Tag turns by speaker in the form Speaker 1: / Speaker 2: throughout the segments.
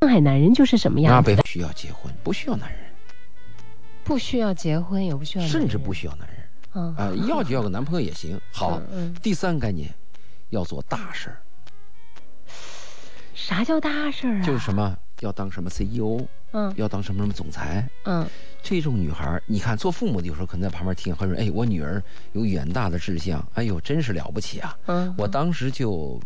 Speaker 1: 上海男人就是什么
Speaker 2: 那
Speaker 1: 样子
Speaker 2: 北
Speaker 1: 的
Speaker 2: 方，需要结婚，不需要男人，
Speaker 1: 不需要结婚，也不需要男人，
Speaker 2: 甚至不需要男人
Speaker 1: 啊
Speaker 2: 啊、要就要个男朋友也行。好
Speaker 1: 嗯，嗯
Speaker 2: 第三概念，要做大事儿，
Speaker 1: 啥叫大事儿啊？
Speaker 2: 就是什么要当什么 CEO，
Speaker 1: 嗯
Speaker 2: 要当什么什么总裁。
Speaker 1: 嗯
Speaker 2: 这种女孩儿，你看做父母的有时候可能在旁边听，会说：“哎，我女儿有远大的志向，哎呦，真是了不起啊！”
Speaker 1: 嗯，
Speaker 2: 我当时就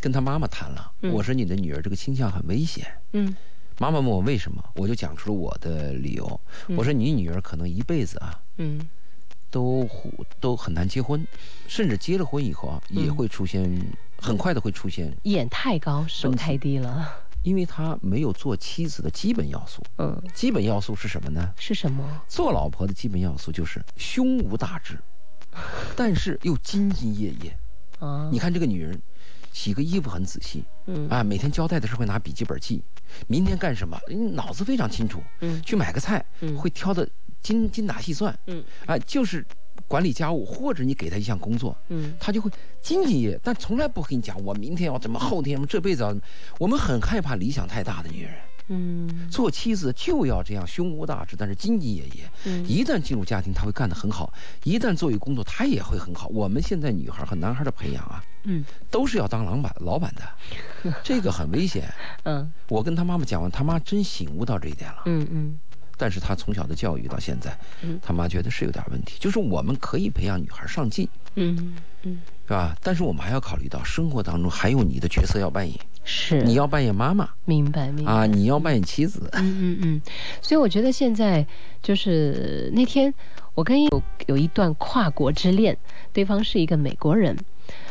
Speaker 2: 跟她妈妈谈了，
Speaker 1: 嗯
Speaker 2: 我说：“你的女儿这个倾向很危险。”
Speaker 1: 嗯
Speaker 2: 妈妈问我为什么，我就讲出了我的理由。
Speaker 1: 嗯
Speaker 2: 我说你女儿可能一辈子啊
Speaker 1: 嗯
Speaker 2: 都互都很难结婚，甚至结了婚以后啊也会出现、很快的会出现，
Speaker 1: 眼太高，手
Speaker 2: 分歧
Speaker 1: 太低了，
Speaker 2: 因为她没有做妻子的基本要素。
Speaker 1: 嗯，
Speaker 2: 基本要素是什么呢？
Speaker 1: 是什么？
Speaker 2: 做老婆的基本要素就是胸无大志，但是又兢兢业业。
Speaker 1: 啊，
Speaker 2: 你看这个女人，洗个衣服很仔细
Speaker 1: 嗯
Speaker 2: 啊，每天交代的时候会拿笔记本记，明天干什么，嗯脑子非常清楚。
Speaker 1: 嗯
Speaker 2: 去买个菜，
Speaker 1: 嗯
Speaker 2: 会挑的精精打细算，
Speaker 1: 嗯
Speaker 2: 啊，就是管理家务，或者你给他一项工作，
Speaker 1: 嗯
Speaker 2: 他就会兢兢业业，但从来不会跟你讲我明天要怎么，后天我这辈子要怎么。我们很害怕理想太大的女人，
Speaker 1: 嗯
Speaker 2: 做妻子就要这样胸无大志，但是兢兢业业。
Speaker 1: 嗯
Speaker 2: 一旦进入家庭，她会干得很好；一旦做一工作，她也会很好。我们现在女孩和男孩的培养啊，
Speaker 1: 嗯
Speaker 2: 都是要当老板老板的，这个很危险。
Speaker 1: 嗯
Speaker 2: 我跟他妈妈讲完，他妈真醒悟到这一点了。
Speaker 1: 嗯嗯
Speaker 2: 但是他从小的教育到现在，
Speaker 1: 嗯
Speaker 2: 他妈觉得是有点问题。就是我们可以培养女孩上进，
Speaker 1: 嗯嗯，
Speaker 2: 是吧？但是我们还要考虑到生活当中还有你的角色要扮演，
Speaker 1: 是嗯
Speaker 2: 你要扮演妈妈
Speaker 1: 明白明白
Speaker 2: 啊，你要扮演妻子。
Speaker 1: 嗯嗯嗯，所以我觉得现在就是那天我跟有有一段跨国之恋，对方是一个美国人，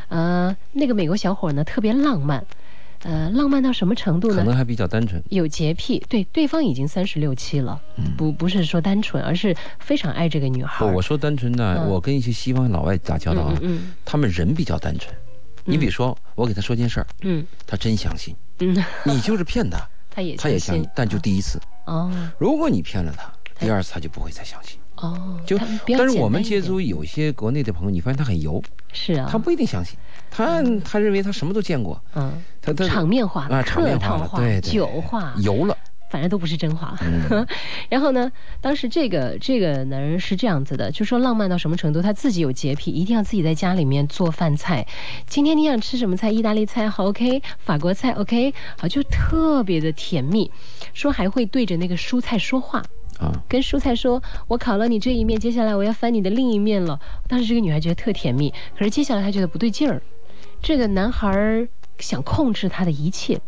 Speaker 1: 呃，那个美国小伙呢特别浪漫，呃，浪漫到什么程度
Speaker 2: 可
Speaker 1: 呢？
Speaker 2: 能还比较单纯，
Speaker 1: 有洁癖，对，对方已经三十六七了，不不是说单纯，而是非常爱这个女孩
Speaker 2: 不，
Speaker 1: 儿。
Speaker 2: 嗯哦我说单纯呢，
Speaker 1: 嗯
Speaker 2: 我跟一些西方老外打交道啊
Speaker 1: 嗯，嗯
Speaker 2: 他们人比较单纯。你比如说，我给他说件事儿，
Speaker 1: 嗯
Speaker 2: 他真 相信，
Speaker 1: 嗯，嗯
Speaker 2: 你就是骗他，
Speaker 1: 他也
Speaker 2: 他也
Speaker 1: 相
Speaker 2: 相
Speaker 1: 信
Speaker 2: 信，，但就第一次。
Speaker 1: 哦
Speaker 2: 如果你骗了他，第二次他就不会再相信。
Speaker 1: 哦，
Speaker 2: 就
Speaker 1: 他们，比较
Speaker 2: 但是
Speaker 1: 简
Speaker 2: 我们
Speaker 1: 单一
Speaker 2: 接
Speaker 1: 点
Speaker 2: 触有些国内的朋友，你发现他很油，
Speaker 1: 是啊，
Speaker 2: 他不一定相信，他他认为他什么都见过，
Speaker 1: 嗯，
Speaker 2: 他他
Speaker 1: 场面化
Speaker 2: 啊场面
Speaker 1: 客
Speaker 2: 化
Speaker 1: 套
Speaker 2: 了，
Speaker 1: 话、
Speaker 2: 对对，
Speaker 1: 酒话，
Speaker 2: 油了，
Speaker 1: 反正都不是真话。
Speaker 2: 嗯
Speaker 1: 然后呢，当时这个这个男人是这样子的，就说浪漫到什么程度，他自己有洁癖，一定要自己在家里面做饭菜。今天你想吃什么菜？意大利菜好，OK，法国菜 OK，好，就特别的甜蜜。说还会对着那个蔬菜说话，
Speaker 2: 啊，
Speaker 1: 跟蔬菜说：“我烤了你这一面，接下来我要翻你的另一面了。”当时这个女孩觉得特甜蜜，可是接下来她觉得不对劲儿。这个男孩儿想控制她的一切，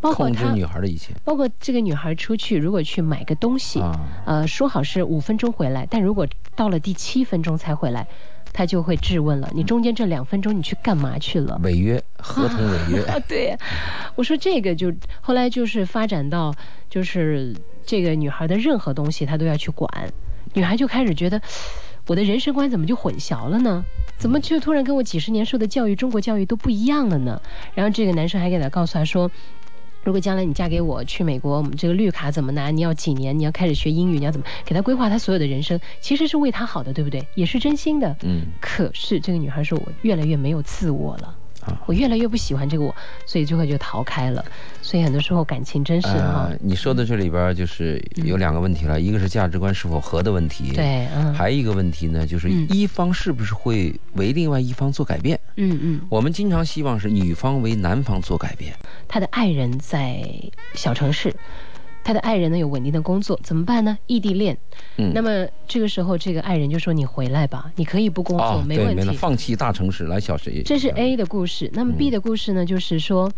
Speaker 1: 包括
Speaker 2: 控制
Speaker 1: 她，
Speaker 2: 女孩的一切
Speaker 1: 包括这个女孩出去如果去买个东西，
Speaker 2: 啊，
Speaker 1: 呃，说好是五分钟回来，但如果到了第七分钟才回来，她就会质问了：“你中间这两分钟你去干嘛去了？”
Speaker 2: 违约合同违约，
Speaker 1: 啊， 对，我说这个就后来就是发展到，就是这个女孩的任何东西她都要去管，女孩就开始觉得我的人生观怎么就混淆了呢？怎么就突然跟我几十年受的教育，中国教育都不一样了呢？然后这个男生还给她告诉她说。如果将来你嫁给我去美国，我们这个绿卡怎么拿？你要几年？你要开始学英语，你要怎么给她规划她所有的人生？其实是为她好的，对不对？也是真心的。
Speaker 2: 嗯
Speaker 1: 可是这个女孩说：“我越来越没有自我了。”
Speaker 2: 啊，
Speaker 1: 我越来越不喜欢这个我，所以最后就逃开了。所以很多时候感情真是啊哈
Speaker 2: 呃，，你说的这里边就是有两个问题了，一个是价值观是否合的问题，，
Speaker 1: 对，嗯，
Speaker 2: 还有一个问题呢，就是
Speaker 1: 嗯
Speaker 2: 一方是不是会为另外一方做改变？
Speaker 1: 嗯嗯，
Speaker 2: 我们经常希望是女方为男方做改变，
Speaker 1: 他的爱人在小城市，他的爱人呢有稳定的工作，怎么办呢？异地恋。
Speaker 2: 嗯
Speaker 1: 那。么这个时候，这个爱人就说：“你回来吧，你可以不工作，
Speaker 2: 啊，
Speaker 1: 哦没
Speaker 2: 对，
Speaker 1: 问
Speaker 2: 没了，
Speaker 1: 题。”
Speaker 2: 放弃嗯大城市来小城，
Speaker 1: 这是 A 的故事。那么 B 的故事呢，就是说，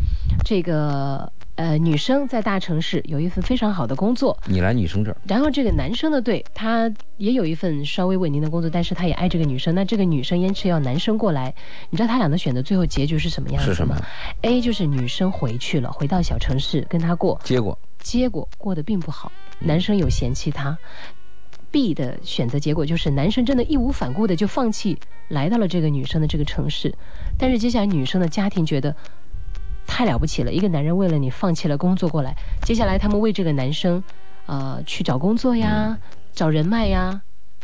Speaker 1: 这个呃女生在大城市有一份非常好的工作，
Speaker 2: 你来女生这儿，
Speaker 1: 然后这个男生呢，对他也有一份稍微稳定的工作，但是他也爱这个女生。那这个女生坚持要男生过来，你知道他俩的选择最后结局是什么样子吗
Speaker 2: 是什么
Speaker 1: ？A 就是女生回去了，回到小城市跟他过，
Speaker 2: 结果
Speaker 1: 结果过得并不好，男生有嫌弃她。B 的选择结果就是男生真的义无反顾的就放弃，来到了这个女生的这个城市，但是接下来女生的家庭觉得太了不起了，一个男人为了你放弃了工作过来，接下来他们为这个男生，呃，去找工作呀，找人脉呀，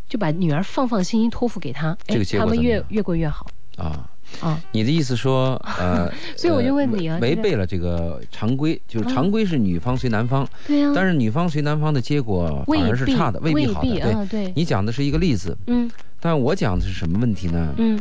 Speaker 1: 就把女儿放放心心托付给他，
Speaker 2: 这个
Speaker 1: 哎
Speaker 2: 结果
Speaker 1: 他们
Speaker 2: 怎么
Speaker 1: 越
Speaker 2: 样
Speaker 1: 越过越好，
Speaker 2: 啊。
Speaker 1: 啊。，
Speaker 2: 你的意思说，呃
Speaker 1: 所以我就啊问你啊
Speaker 2: 呃
Speaker 1: 这
Speaker 2: 违
Speaker 1: 个
Speaker 2: 违背了这个常规，就是常规是女方随男方，
Speaker 1: 对呀、
Speaker 2: 但是女方随男方的结果
Speaker 1: 嗯未
Speaker 2: 反而是
Speaker 1: 必
Speaker 2: 差的，未
Speaker 1: 未
Speaker 2: 好的。
Speaker 1: 必
Speaker 2: 对，
Speaker 1: 啊，对，
Speaker 2: 你讲的是一个例子，
Speaker 1: 嗯
Speaker 2: 但我讲的是什么问题呢？
Speaker 1: 嗯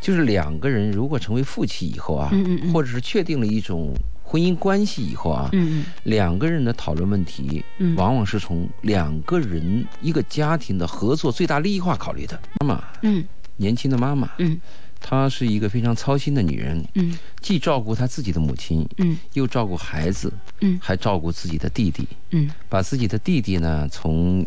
Speaker 2: 就是两个人如果成为夫妻以后啊，
Speaker 1: 嗯嗯嗯
Speaker 2: 或者是确定了一种婚姻关系以后啊，
Speaker 1: 嗯
Speaker 2: 两个人的讨论问题，
Speaker 1: 嗯
Speaker 2: 往往是从两个人一个家庭的合作最大利益化考虑的。妈妈，
Speaker 1: 嗯
Speaker 2: 年轻的妈妈，
Speaker 1: 嗯
Speaker 2: 她是一个非常操心的女人，
Speaker 1: 嗯
Speaker 2: 既照顾她自己的母亲，
Speaker 1: 嗯
Speaker 2: 又照顾孩子，
Speaker 1: 嗯
Speaker 2: 还照顾自己的弟弟，
Speaker 1: 嗯
Speaker 2: 把自己的弟弟呢从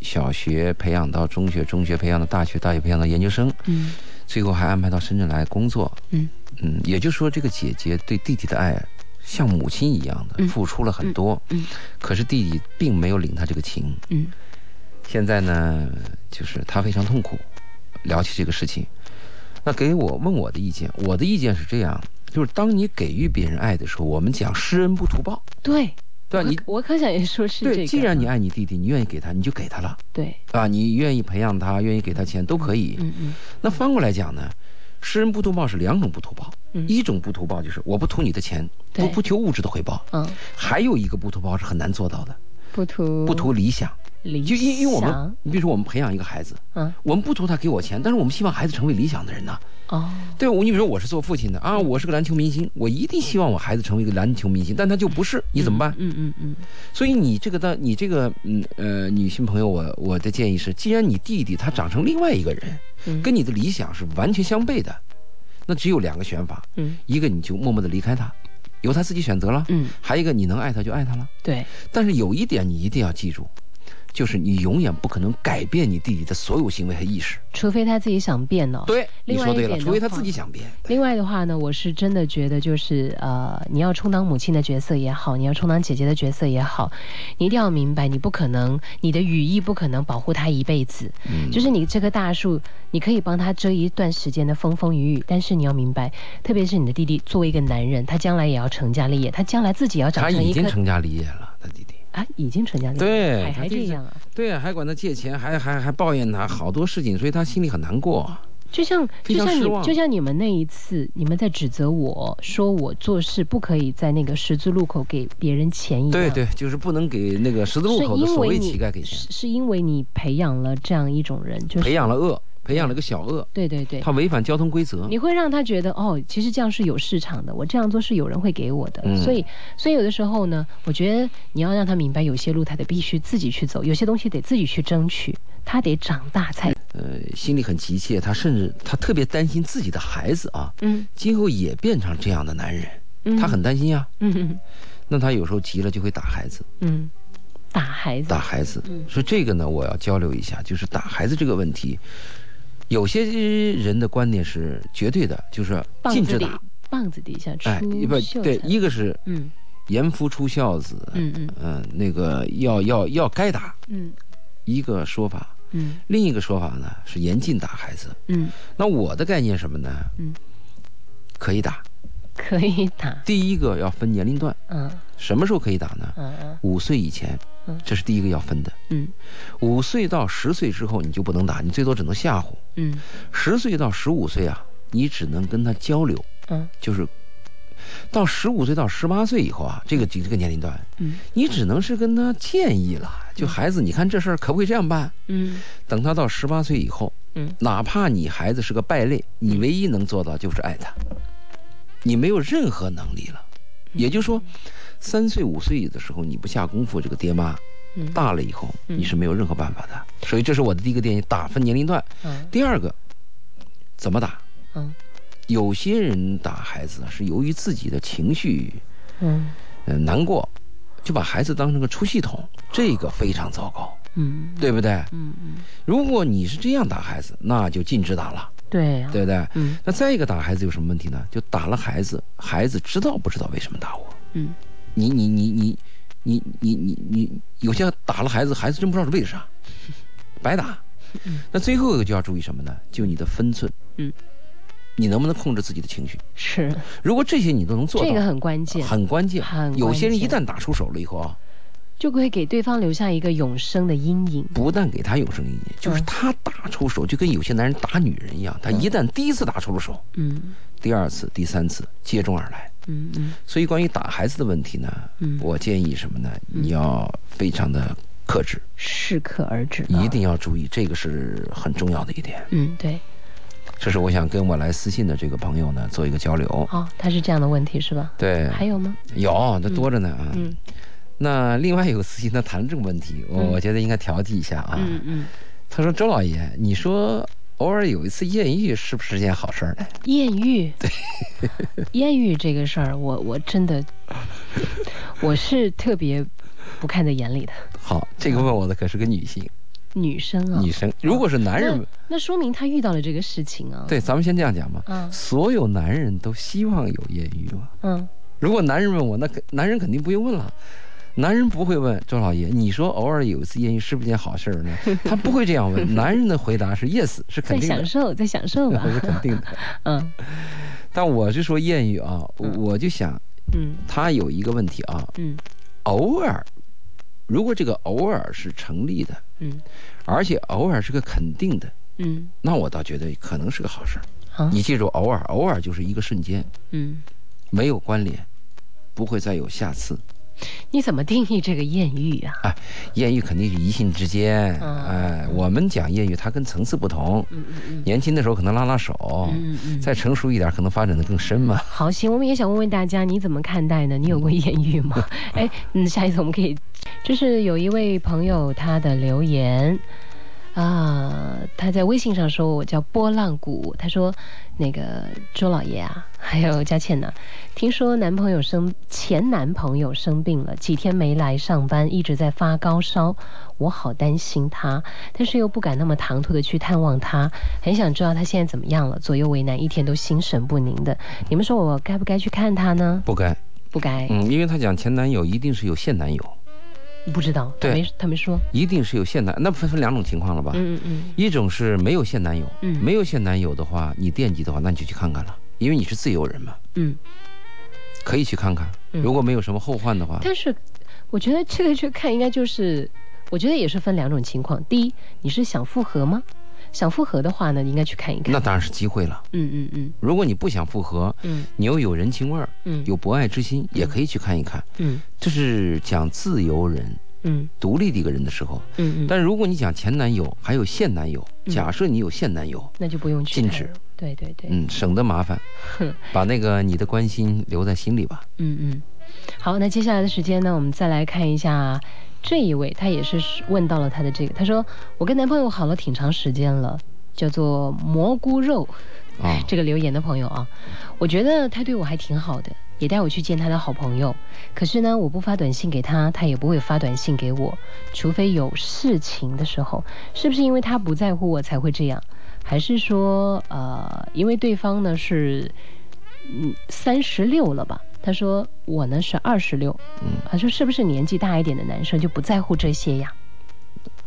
Speaker 2: 小学培养到中学，中学培养到大学，大学培养到研究生，
Speaker 1: 嗯
Speaker 2: 最后还安排到深圳来工作。
Speaker 1: 嗯
Speaker 2: 嗯，也就是说，这个姐姐对弟弟的爱像母亲一样的
Speaker 1: 嗯
Speaker 2: 付出了很多。
Speaker 1: 嗯
Speaker 2: 可是弟弟并没有领他这个情。
Speaker 1: 嗯
Speaker 2: 现在呢，就是他非常痛苦，聊起这个事情，那给我问我的意见，我的意见是这样，就是当你给予别人爱的时候，我们讲施恩不图报，
Speaker 1: 对，
Speaker 2: 对吧？你
Speaker 1: 我我可想也说啊是这个，啊
Speaker 2: 对，既然你爱你弟弟，你愿意给他，你就给他了
Speaker 1: 对，
Speaker 2: 啊，你愿意培养他，愿意给他钱都可以。
Speaker 1: 嗯嗯
Speaker 2: 那翻过来讲呢，施恩不图报是两种不图报，
Speaker 1: 嗯
Speaker 2: 一种不图报就是我不图你的钱，
Speaker 1: 对
Speaker 2: 我不求物质的回报，
Speaker 1: 嗯，
Speaker 2: 还有一个不图报是很难做到的，
Speaker 1: 不图
Speaker 2: 不图理想。
Speaker 1: 哦理
Speaker 2: 就因因为我
Speaker 1: 想
Speaker 2: 们，你比如说我们培养一个孩子，
Speaker 1: 啊
Speaker 2: 我们不图他给我钱，但是我们希望孩子成为理想的人呢。
Speaker 1: 哦
Speaker 2: 对，啊我你比如说我是做父亲的啊，我是个篮球明星，我一定希望我孩子成为一个篮球明星，但他就不是，你怎么办？
Speaker 1: 嗯嗯嗯
Speaker 2: 所以你这个的，你这个嗯呃，女性朋友，我我的建议是，既然你弟弟他长成另外一个人，
Speaker 1: 嗯，
Speaker 2: 跟你的理想是完全相悖的，那只有两个选法，
Speaker 1: 嗯
Speaker 2: 一个你就默默的离开他，由他自己选择了；
Speaker 1: 嗯
Speaker 2: 还有一个你能爱他就爱他了。
Speaker 1: 对，
Speaker 2: 但是有一点你一定要记住，就是你永远不可能改变你弟弟的所有行为和意识。
Speaker 1: 除非他自己想变哦。
Speaker 2: 对，
Speaker 1: 另
Speaker 2: 你
Speaker 1: 外
Speaker 2: 说
Speaker 1: 一
Speaker 2: 对
Speaker 1: 点
Speaker 2: 了，
Speaker 1: 的
Speaker 2: 除非他
Speaker 1: 话
Speaker 2: 自己想变。
Speaker 1: 另外的话呢，我是真的觉得，就是呃，你要充当母亲的角色也好，你要充当姐姐的角色也好，你一定要明白，你不可能，你的羽翼不可能保护她一辈子。
Speaker 2: 嗯
Speaker 1: 就是你这棵大树，你可以帮他遮一段时间的风风雨雨，但是你要明白，特别是你的弟弟作为一个男人，他将来也要成家立业，他将来自己要长
Speaker 2: 他
Speaker 1: 成
Speaker 2: 已
Speaker 1: 一
Speaker 2: 经
Speaker 1: 棵
Speaker 2: 成家立业了，他弟弟。
Speaker 1: 啊，已经成家立业，
Speaker 2: 对
Speaker 1: 还
Speaker 2: 他
Speaker 1: 还
Speaker 2: 弟
Speaker 1: 这
Speaker 2: 弟
Speaker 1: 样啊？
Speaker 2: 对啊，还管他借钱，还还还抱怨他好多事情，所以他心里很难过。啊
Speaker 1: 就像
Speaker 2: 非
Speaker 1: 就
Speaker 2: 常
Speaker 1: 像
Speaker 2: 失
Speaker 1: 你
Speaker 2: 望
Speaker 1: 就像你们那一次，你们在指责我说我做事不可以在那个十字路口给别人钱一样，
Speaker 2: 对对，就是不能给那个十字路
Speaker 1: 是
Speaker 2: 口的
Speaker 1: 因
Speaker 2: 所
Speaker 1: 为
Speaker 2: 谓
Speaker 1: 你
Speaker 2: 乞丐给钱，
Speaker 1: 是是因为你培养了这样一种人，就是
Speaker 2: 培养了恶，培养了个小恶，
Speaker 1: 对对对
Speaker 2: 他，违反交通规则。
Speaker 1: 你会让他觉得哦，其实这样是有市场的，我这样做是有人会给我的，
Speaker 2: 嗯
Speaker 1: 所以所以有的时候呢，我觉得你要让他明白，有些路他得必须自己去走，有些东西得自己去争取，他得长大才
Speaker 2: 呃，心里很急切，他甚至他特别担心自己的孩子啊，
Speaker 1: 嗯
Speaker 2: 今后也变成这样的男人，
Speaker 1: 嗯，
Speaker 2: 他很担心呀、
Speaker 1: 嗯嗯
Speaker 2: 那他有时候急了就会打孩子，
Speaker 1: 嗯打孩子
Speaker 2: 打孩子
Speaker 1: 嗯。
Speaker 2: 所以这个呢，我要交流一下，就是打孩子这个问题，有些人的观点是绝对的，就是
Speaker 1: 棒
Speaker 2: 禁
Speaker 1: 子
Speaker 2: 止
Speaker 1: 底
Speaker 2: 打。
Speaker 1: 棒子底下出
Speaker 2: 哎，不
Speaker 1: 秀
Speaker 2: 对，
Speaker 1: 才
Speaker 2: 一个是
Speaker 1: 嗯
Speaker 2: 严夫出孝子，
Speaker 1: 嗯嗯
Speaker 2: 嗯，那个要要要该打，
Speaker 1: 嗯
Speaker 2: 一个说法，
Speaker 1: 嗯
Speaker 2: 另一个说法呢是严禁打孩子。
Speaker 1: 嗯
Speaker 2: 那我的概念是什么呢？
Speaker 1: 嗯，
Speaker 2: 可以打。
Speaker 1: 可以打
Speaker 2: 第一个要分年龄段，
Speaker 1: 嗯
Speaker 2: 什么时候可以打呢？
Speaker 1: 嗯嗯
Speaker 2: 五岁以前
Speaker 1: 嗯，
Speaker 2: 这是第一个要分的。
Speaker 1: 嗯
Speaker 2: 五岁到十岁之后你就不能打，你最多只能吓唬。
Speaker 1: 嗯
Speaker 2: 十岁到十五岁啊，你只能跟他交流，
Speaker 1: 嗯
Speaker 2: 就是到十五岁到十八岁以后啊，这个这个年龄段，
Speaker 1: 嗯
Speaker 2: 你只能是跟他建议了。就孩子，你看这事儿可不可以这样办？
Speaker 1: 嗯
Speaker 2: 等他到十八岁以后，
Speaker 1: 嗯
Speaker 2: 哪怕你孩子是个败类，你唯一能做到就是爱他，你没有任何能力了。也就是说，三岁五岁的时候你不下功夫，这个爹妈
Speaker 1: 嗯
Speaker 2: 大了以后
Speaker 1: 嗯
Speaker 2: 你是没有任何办法的。所以这是我的第一个建议，打分年龄段。
Speaker 1: 嗯
Speaker 2: 第二个，怎么打？
Speaker 1: 嗯
Speaker 2: 有些人打孩子啊，是由于自己的情绪，
Speaker 1: 嗯
Speaker 2: 呃，难过，就把孩子当成个出气筒，这个非常糟糕，
Speaker 1: 嗯
Speaker 2: 对不对？
Speaker 1: 嗯嗯
Speaker 2: 如果你是这样打孩子，那就禁止打了，
Speaker 1: 对呀
Speaker 2: 对不对？
Speaker 1: 嗯
Speaker 2: 那再一个打孩子有什么问题呢？就打了孩子，孩子知道不知道为什么打我？
Speaker 1: 嗯
Speaker 2: 你你你你你你你你，有些打了孩子，孩子真不知道是为啥，白打
Speaker 1: 嗯。
Speaker 2: 那最后一个就要注意什么呢？就你的分寸，
Speaker 1: 嗯，
Speaker 2: 你能不能控制自己的情绪？
Speaker 1: 是
Speaker 2: 如果这些你都能做到，
Speaker 1: 这个很关键，
Speaker 2: 很关键。
Speaker 1: 很关键
Speaker 2: 有些人一旦打出手了以后啊，
Speaker 1: 就会给对方留下一个永生的阴影。
Speaker 2: 不但给他永生阴影，就是
Speaker 1: 嗯
Speaker 2: 他打出手就跟有些男人打女人一样，他一旦第一次打出了手，
Speaker 1: 嗯
Speaker 2: 第二次、第三次接踵而来。
Speaker 1: 嗯嗯
Speaker 2: 所以关于打孩子的问题呢，
Speaker 1: 嗯，
Speaker 2: 我建议什么呢？
Speaker 1: 嗯
Speaker 2: 你要非常的克制，
Speaker 1: 适可而止吧。
Speaker 2: 一定要注意，这个是很重要的一点。
Speaker 1: 嗯，对，
Speaker 2: 这是我想跟我来私信的这个朋友呢做一个交流。
Speaker 1: 哦，他是这样的问题是吧？
Speaker 2: 对，
Speaker 1: 还有吗？
Speaker 2: 有那多着呢啊。
Speaker 1: 嗯
Speaker 2: 那另外有个私信他谈这个问题，我
Speaker 1: 嗯
Speaker 2: 我觉得应该调剂一下啊。
Speaker 1: 嗯嗯，
Speaker 2: 他说：“周老爷，你说偶尔有一次艳遇是不是件好事儿哎呢？
Speaker 1: 艳遇，艳遇这个事儿，我我真的，我是特别不看在眼里的
Speaker 2: 好，这个问我的可是个女性，
Speaker 1: 女生啊。
Speaker 2: 女生。如果是男人，
Speaker 1: 那那说明他遇到了这个事情啊。，
Speaker 2: 对，咱们先这样讲吧。
Speaker 1: 嗯
Speaker 2: 所有男人都希望有艳遇嘛。
Speaker 1: 嗯
Speaker 2: 如果男人问我，那肯男人肯定不用问了。男人不会问周老爷，你说偶尔有一次艳遇是不是件好事儿呢？他不会这 样问。男人的回答是 yes，是
Speaker 1: 在
Speaker 2: 肯定
Speaker 1: 享
Speaker 2: 的，
Speaker 1: 受，在享受吧。
Speaker 2: 是肯定的。
Speaker 1: 嗯
Speaker 2: 但我是说艳遇啊，我
Speaker 1: 嗯
Speaker 2: 我就想
Speaker 1: 嗯
Speaker 2: 他有一个问题啊，
Speaker 1: 嗯
Speaker 2: 偶尔，如果这个偶尔是成立的，
Speaker 1: 嗯
Speaker 2: 而且偶尔是个肯定的，
Speaker 1: 嗯，
Speaker 2: 那我倒觉得可能是个好事儿。
Speaker 1: 啊，
Speaker 2: 你记住，偶尔，偶尔就是一个瞬间，
Speaker 1: 嗯，
Speaker 2: 没有关联，不会再有下次。
Speaker 1: 你怎么定义这个艳遇啊？
Speaker 2: 啊，艳遇肯定是一性之间，
Speaker 1: 嗯
Speaker 2: 哎，我们讲艳遇，它跟层次不同。
Speaker 1: 嗯嗯
Speaker 2: 年轻的时候可能拉拉手，
Speaker 1: 嗯嗯
Speaker 2: 再成熟一点可能发展的更深嘛。
Speaker 1: 好，行，我们也想问问大家，你怎么看待呢？你有过艳遇吗？哎，嗯，下一次我们可以，就是有一位朋友他的留言。啊，他在微信上说我叫波浪鼓，他说那个周老爷啊，还有佳倩呐、听说男朋友生前男朋友生病了，几天没来上班，一直在发高烧，我好担心他，但是又不敢那么唐突的去探望他，很想知道他现在怎么样了，左右为难，一天都心神不宁的。你们说我该不该去看他呢？
Speaker 2: 不该，
Speaker 1: 不该，
Speaker 2: 嗯，因为他讲前男友一定是有现男友，
Speaker 1: 不知道，他
Speaker 2: 嗯对
Speaker 1: 没他没说。
Speaker 2: 一定是有现男，那分分两种情况了吧？
Speaker 1: 嗯嗯
Speaker 2: 一种是没有现男友，
Speaker 1: 嗯
Speaker 2: 没有现男友的话，你惦记的话，那你就去看看了，因为你是自由人嘛，
Speaker 1: 嗯嗯，
Speaker 2: 可以去看看。
Speaker 1: 嗯
Speaker 2: 如果没有什么后患的话，
Speaker 1: 但是我觉得这个去看应该就是，我觉得也是分两种情况。第一，你是想复合吗？想复合的话呢，你应该去看一看。
Speaker 2: 那当然是机会了。
Speaker 1: 嗯嗯嗯
Speaker 2: 如果你不想复合，
Speaker 1: 嗯
Speaker 2: 你又有人情味儿，
Speaker 1: 嗯
Speaker 2: 有博爱之心，也可以去看一看。
Speaker 1: 嗯
Speaker 2: 这是讲自由人、
Speaker 1: 嗯
Speaker 2: 独立的一个人的时候。
Speaker 1: 嗯嗯，
Speaker 2: 但如果你讲前男友，还有现男友，
Speaker 1: 嗯
Speaker 2: 假设你有现男友，
Speaker 1: 那就不用去
Speaker 2: 禁
Speaker 1: 看
Speaker 2: 止
Speaker 1: 了。对对对，
Speaker 2: 嗯，省得麻烦，
Speaker 1: 哼。
Speaker 2: 把那个你的关心留在心里吧。
Speaker 1: 嗯嗯，好，那接下来的时间呢，我们再来看一下这一位，他也是问到了他的这个，他说我跟男朋友好了挺长时间了，叫做蘑菇肉，
Speaker 2: 啊、
Speaker 1: 这个留言的朋友啊，我觉得他对我还挺好的，也带我去见他的好朋友。可是呢，我不发短信给他，他也不会发短信给我，除非有事情的时候，是不是因为他不在乎我才会这样？还是说，呃，因为对方呢是，嗯，三十六了吧？他说我呢是二十六，
Speaker 2: 嗯
Speaker 1: 他说是不是年纪大一点的男生就不在乎这些呀？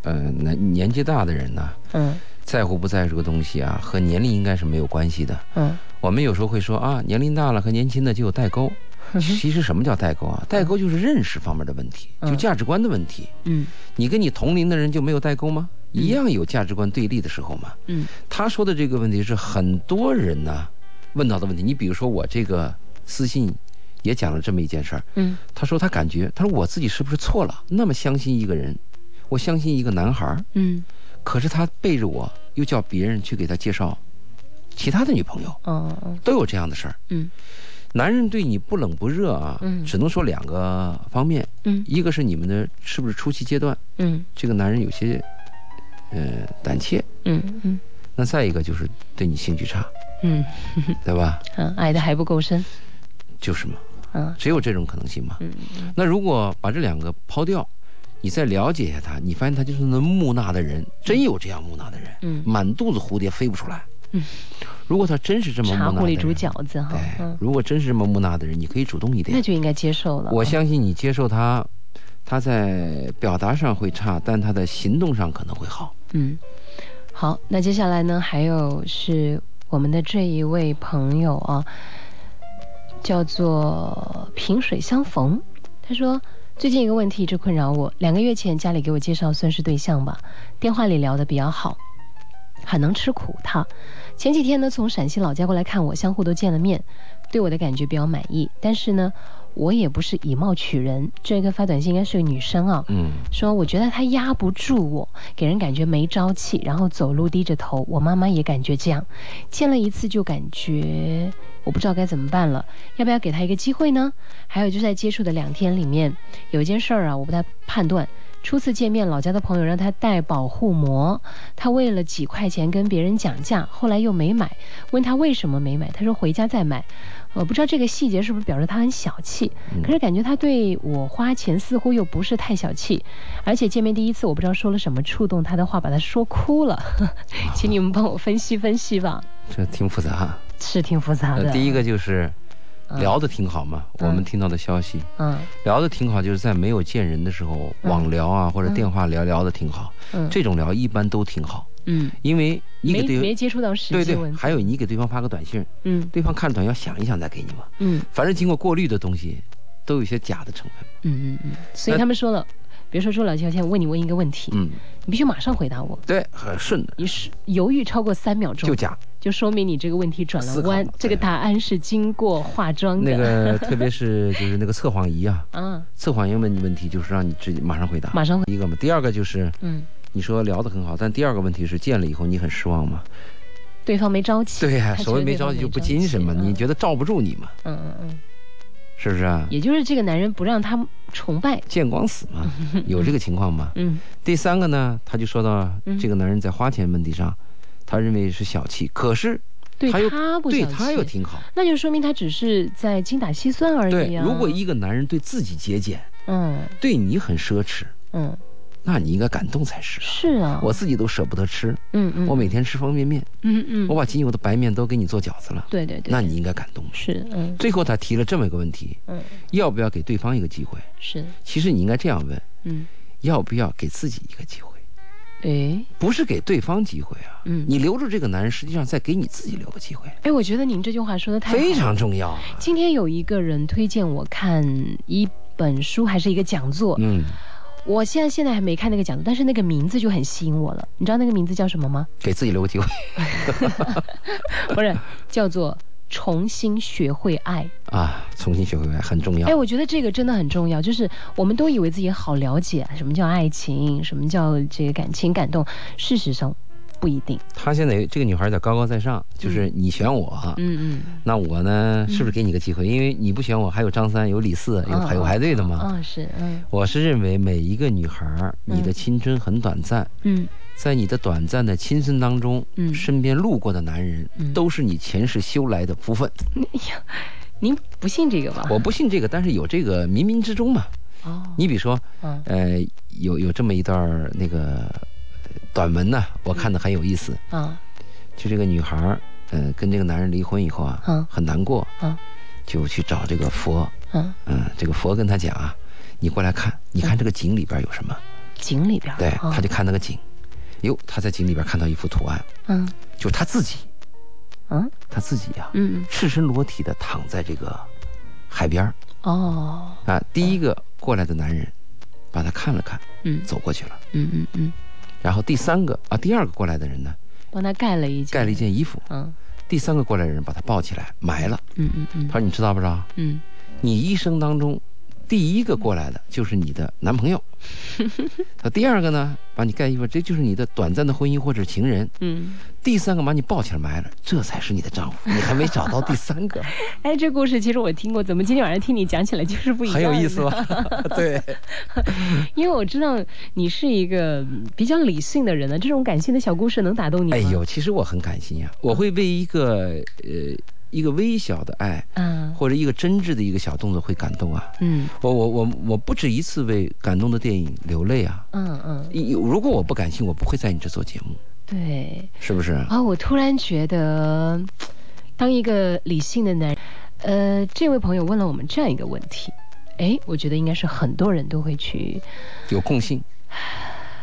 Speaker 2: 呃，那年纪大的人呢，
Speaker 1: 嗯
Speaker 2: 在乎不在乎这个东西啊，和年龄应该是没有关系的。
Speaker 1: 嗯
Speaker 2: 我们有时候会说啊，年龄大了和年轻的就有代沟。其实什么叫代沟啊？代沟就是认识方面的问题，
Speaker 1: 嗯
Speaker 2: 就价值观的问题。
Speaker 1: 嗯
Speaker 2: 你跟你同龄的人就没有代沟吗？一样有价值观对立的时候嘛。
Speaker 1: 嗯
Speaker 2: 他说的这个问题是很多人呢、问到的问题。你比如说我这个私信也讲了这么一件事儿，
Speaker 1: 嗯
Speaker 2: 他说他感觉，他说我自己是不是错了？那么相信一个人，我相信一个男孩儿，
Speaker 1: 嗯，
Speaker 2: 可是他背着我，又叫别人去给他介绍其他的女朋友，
Speaker 1: 哦哦
Speaker 2: 都有这样的事儿。
Speaker 1: 嗯
Speaker 2: 男人对你不冷不热啊，
Speaker 1: 嗯
Speaker 2: 只能说两个方面，
Speaker 1: 嗯
Speaker 2: 一个是你们的是不是初期阶段，
Speaker 1: 嗯
Speaker 2: 这个男人有些，呃，胆怯；
Speaker 1: 嗯嗯
Speaker 2: 那再一个就是对你兴趣差，
Speaker 1: 嗯。
Speaker 2: 对吧？
Speaker 1: 嗯，爱的还不够深，
Speaker 2: 就是嘛，
Speaker 1: 嗯
Speaker 2: 只有这种可能性嘛。
Speaker 1: 嗯嗯
Speaker 2: 那如果把这两个抛掉，你再了解一下他，你发现他就是那木讷的人，真有这样木讷的人，
Speaker 1: 嗯
Speaker 2: 满肚子蝴蝶飞不出来。
Speaker 1: 嗯，
Speaker 2: 如果他真是这么木
Speaker 1: 茶
Speaker 2: 讷的
Speaker 1: 壶里
Speaker 2: 人，
Speaker 1: 煮饺子哈，
Speaker 2: 哎
Speaker 1: 嗯，，
Speaker 2: 如果真是这么木讷的人，你可以主动一
Speaker 1: 那
Speaker 2: 点。
Speaker 1: 就应该接受了。
Speaker 2: 我相信你接受他，他在表达上会差，但他的行动上可能会好。
Speaker 1: 嗯，好，那接下来呢，还有是我们的这一位朋友啊，叫做萍水相逢，他说。最近一个问题一直困扰我，两个月前家里给我介绍算是对象吧，电话里聊得比较好，很能吃苦他。前几天呢，从陕西老家过来看我，相互都见了面，对我的感觉比较满意。但是呢，我也不是以貌取人，这个发短信应该是个女生啊，
Speaker 2: 嗯，
Speaker 1: 说我觉得他压不住我，给人感觉没朝气，然后走路低着头。我妈妈也感觉这样，见了一次就感觉我不知道该怎么办了，要不要给他一个机会呢？还有就在接触的两天里面，有一件事儿啊，我不太判断。初次见面，老家的朋友让他带保护膜，他为了几块钱跟别人讲价，后来又没买。问他为什么没买，他说回家再买。我不知道这个细节是不是表示他很小气，
Speaker 2: 嗯
Speaker 1: 可是感觉他对我花钱似乎又不是太小气，而且见面第一次我不知道说了什么触动他的话，把他说哭了。请你们帮我分析分析吧，
Speaker 2: 这挺复杂。
Speaker 1: 是挺复杂的。
Speaker 2: 那呃第一
Speaker 1: 个，
Speaker 2: 个就是
Speaker 1: 嗯
Speaker 2: 聊得挺好嘛，我们听到的消息
Speaker 1: 嗯
Speaker 2: 聊得挺好，就是在没有见人的时候，
Speaker 1: 嗯
Speaker 2: 网聊啊或者
Speaker 1: 嗯
Speaker 2: 电话聊聊得挺好，
Speaker 1: 嗯，
Speaker 2: 这种聊一般都挺好，
Speaker 1: 嗯，
Speaker 2: 因为你给
Speaker 1: 没没
Speaker 2: 对
Speaker 1: 接触到实
Speaker 2: 对
Speaker 1: 际
Speaker 2: 对，
Speaker 1: 问题。
Speaker 2: 还有你给对方发个短信，
Speaker 1: 嗯
Speaker 2: 对方看了短信要想一想再给你嘛，
Speaker 1: 嗯
Speaker 2: 反正经过过滤的东西都有一些假的成分。
Speaker 1: 嗯嗯嗯，所以他们说了，比如说说老乔先我问你问一个问题，
Speaker 2: 嗯，
Speaker 1: 你必须马上回答我。
Speaker 2: 对，很顺的
Speaker 1: 你是犹豫超过三秒钟，
Speaker 2: 就假。
Speaker 1: 就说明你这个问题转了
Speaker 2: 思考
Speaker 1: 弯
Speaker 2: 嘛，
Speaker 1: 这个
Speaker 2: 对
Speaker 1: 答案是经过化妆的。
Speaker 2: 那 个特别是就是那个测谎仪啊，
Speaker 1: 啊，
Speaker 2: 测谎仪问问题就是让你直接马上回答。
Speaker 1: 马上回，
Speaker 2: 一个嘛，第二个就是
Speaker 1: 嗯，
Speaker 2: 你说聊得很好，但第二个问题是见了以后你很失望嘛？
Speaker 1: 对方没朝气，
Speaker 2: 对呀、
Speaker 1: 他觉得
Speaker 2: 所谓没
Speaker 1: 对方
Speaker 2: 着急就不
Speaker 1: 朝
Speaker 2: 精神嘛，
Speaker 1: 气
Speaker 2: 你觉得罩不住你嘛，
Speaker 1: 嗯嗯嗯，
Speaker 2: 是不是啊？
Speaker 1: 也就是这个男人不让他崇拜，
Speaker 2: 见光死 嘛，有这个情况吗？
Speaker 1: 嗯
Speaker 2: 第三个呢，他就说到
Speaker 1: 嗯
Speaker 2: 这个男人在花钱问题上，他认为是小气，可是
Speaker 1: 对
Speaker 2: 他又
Speaker 1: 他不
Speaker 2: 对
Speaker 1: 想
Speaker 2: 他
Speaker 1: 去
Speaker 2: 又挺好。
Speaker 1: 那就说明他只是在精打细算而已
Speaker 2: 对，
Speaker 1: 啊。
Speaker 2: 如果一个男人对自己节俭，
Speaker 1: 嗯
Speaker 2: 对你很奢侈，
Speaker 1: 嗯
Speaker 2: 那你应该感动才是啊。
Speaker 1: 是啊，
Speaker 2: 我自己都舍不得吃，
Speaker 1: 嗯嗯
Speaker 2: 我每天吃方便面，
Speaker 1: 嗯嗯
Speaker 2: 我把仅有的白面都给你做饺子了，
Speaker 1: 对对对，
Speaker 2: 那你应该感动吧。
Speaker 1: 是嗯
Speaker 2: 最后他提了这么一个问题，
Speaker 1: 嗯
Speaker 2: 要不要给对方一个机会？
Speaker 1: 是
Speaker 2: 其实你应该这样问：
Speaker 1: 嗯
Speaker 2: 要不要给自己一个机会？
Speaker 1: 诶
Speaker 2: 不是给对方机会啊！
Speaker 1: 嗯
Speaker 2: 哎
Speaker 1: 哎
Speaker 2: 你留住这个男人，实际上在给你自己留个机会，
Speaker 1: 诶，我觉得您这句话说的太好了
Speaker 2: 非常重要啊！
Speaker 1: 今天有一个人推荐我看一本书，还是一个讲座。
Speaker 2: 嗯，
Speaker 1: 我现在现在还没看那个讲座，但是那个名字就很吸引我了。你知道那个名字叫什么 吗？
Speaker 2: 给自己留个机会
Speaker 1: 不是，叫做《重新学会爱》。
Speaker 2: 啊，重新学会爱很重
Speaker 1: 哎，
Speaker 2: 要。
Speaker 1: 我觉得这个真的很重要。就是我们都以为自己好了解什么叫爱情，什么叫这个感情感动，事实上不一定。
Speaker 2: 她现在这个女孩在高高在上，就是你选我啊，
Speaker 1: 嗯嗯
Speaker 2: 那我呢，是不是给你个机会？因为你不选我，还有张三，有李四，有排有排队的嘛。
Speaker 1: 啊、是嗯
Speaker 2: 我是认为每一个女孩儿，
Speaker 1: 嗯
Speaker 2: 你的青春很短暂，
Speaker 1: 嗯
Speaker 2: 在你的短暂的青春当中，
Speaker 1: 嗯
Speaker 2: 身边路过的男人、
Speaker 1: 嗯
Speaker 2: 都是你前世修来的福分。
Speaker 1: 您不信这个吧？
Speaker 2: 我不信这个，但是有这个冥冥之中嘛。
Speaker 1: 哦，
Speaker 2: 你比如说，
Speaker 1: 嗯
Speaker 2: 呃，有有这么一段儿那个呃短文呢、我看的很有意思。
Speaker 1: 啊
Speaker 2: 就这个女孩儿，呃，跟这个男人离婚以后啊，
Speaker 1: 嗯
Speaker 2: 很难过，
Speaker 1: 啊
Speaker 2: 就去找这个佛，
Speaker 1: 啊，
Speaker 2: 嗯，这个佛跟他讲啊，你过来看，你
Speaker 1: 嗯
Speaker 2: 看这个井里边有什么？
Speaker 1: 井里边儿
Speaker 2: 对，
Speaker 1: 啊
Speaker 2: 他就看那个井，哟，他在井里边看到一幅图案，
Speaker 1: 嗯
Speaker 2: 就他自己，
Speaker 1: 嗯
Speaker 2: 他自己呀、
Speaker 1: 嗯
Speaker 2: 赤身裸体的躺在这个海边儿
Speaker 1: 哦
Speaker 2: 啊。第一个过来的男人，把他看了看，
Speaker 1: 嗯
Speaker 2: 走过去了。
Speaker 1: 嗯嗯嗯，
Speaker 2: 然后第三个啊，第二个过来的人呢，
Speaker 1: 帮他盖了一件
Speaker 2: 盖了一件衣服，
Speaker 1: 嗯
Speaker 2: 第三个过来的人把他抱起来埋了。
Speaker 1: 嗯嗯嗯
Speaker 2: 他说：“你知道不知道？
Speaker 1: 嗯
Speaker 2: 你一生当中，第一个过来的就是你的男朋友。 他第二个呢，把你盖衣服，这就是你的短暂的婚姻或者情人。
Speaker 1: 嗯，
Speaker 2: 第三个把你抱起来埋了，这才是你的丈 夫。你还没找到第三个，
Speaker 1: 哎，这故事其实我听过，怎么今天晚上听你讲起来就是不一样？
Speaker 2: 很有 意 思吧？哦对，
Speaker 1: 因为我知道你是一个嗯比较理性的人呢，这种感性的小故事能打动你吗？
Speaker 2: 哎，呦，其实我很感心呀、我会为一个呃一个微小的爱，
Speaker 1: 啊，
Speaker 2: 或者一个真挚的一个小动作会感动啊。
Speaker 1: 嗯
Speaker 2: 我我我我不止一次为感动的电影流泪啊。
Speaker 1: 嗯嗯，
Speaker 2: 一如果我不感性，我不会在你这做节目，
Speaker 1: 对
Speaker 2: 是不是？
Speaker 1: 啊、我突然觉得，当一个理性的男人，呃，这位朋友问了我们这样一个问题，哎，我觉得应该是很多人都会去
Speaker 2: 有共性，